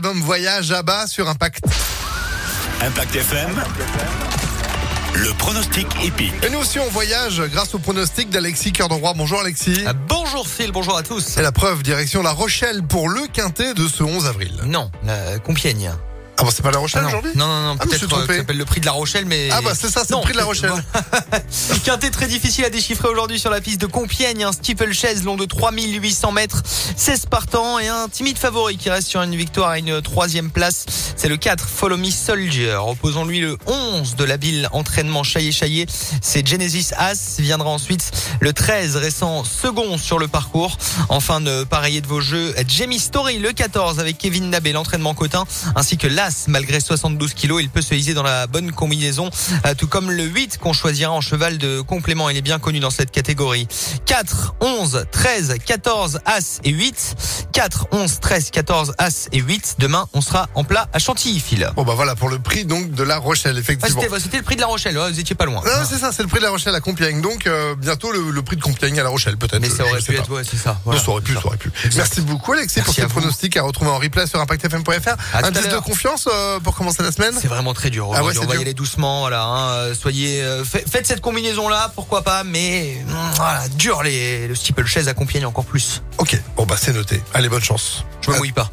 Album Voyage à bas sur Impact. Impact FM, le pronostic épique. Et nous aussi, on voyage grâce au pronostic d'Alexis Cœur d'Enroi. Bonjour Alexis. Ah, Bonjour Phil, bonjour à tous. C'est la preuve, direction La Rochelle pour le quintet de ce 11 avril. Non, euh, Compiègne. Ah bon, c'est pas La Ah Rochelle non. aujourd'hui non, non, non, Ah, je me suis peut-être euh, trompé. que ça s'appelle le prix de la Rochelle, mais. Ah bah c'est ça, c'est le Non, prix de La Rochelle. Quintet très difficile à déchiffrer aujourd'hui sur la piste de Compiègne. Un steeplechase long de 3800 mètres, 16 partants et un timide favori qui reste sur une victoire à une troisième place. C'est le 4, Follow Me Soldier. Opposons-lui le 11 de l'habile entraînement Chaillé-Chaillé. C'est Genesis As. Viendra ensuite le 13, récent second sur le parcours. Enfin, ne pareiller de vos jeux, Jamie Story, le 14 avec Kevin Nabé, l'entraînement cotin, ainsi que l'As, malgré 72 kilos, il peut se hisser dans la bonne combinaison, euh, tout comme le 8 qu'on choisira en cheval de complément. Il est bien connu dans cette catégorie. 4, 11, 13, 14, As et 8. 4, 11, 13, 14, As et 8. Demain, on sera en plat à Chantilly, Phil. Bon bah voilà, pour le prix donc de La Rochelle, Ah, effectivement. c'était, c'était le prix de la Rochelle, ouais, vous étiez pas loin. non, Ah, c'est ça, c'est le prix de La Rochelle à Compiègne. Donc euh, bientôt le, le prix de Compiègne à La Rochelle peut-être. Euh, Mais je- ça aurait je sais pu pas. être, ouais, c'est ça. Non, voilà. ça aurait pu, ça aurait pu. Merci beaucoup Alexis pour Merci ces à vous. pronostics à retrouver en replay sur impactfm.fr. À tout à Indice de l'heure. confiance euh, pour commencer la semaine C'est vraiment très dur. Ah ouais, aujourd'hui. c'est on va y dur. aller doucement, voilà. hein. Euh, Soyez, euh, fait- faites cette combinaison là, pourquoi pas, mais mm, voilà, dur les, le steeple chaise à Compiègne encore plus. Ok, bon bah c'est noté. Allez, bonne chance. Je me Ah, mouille pas.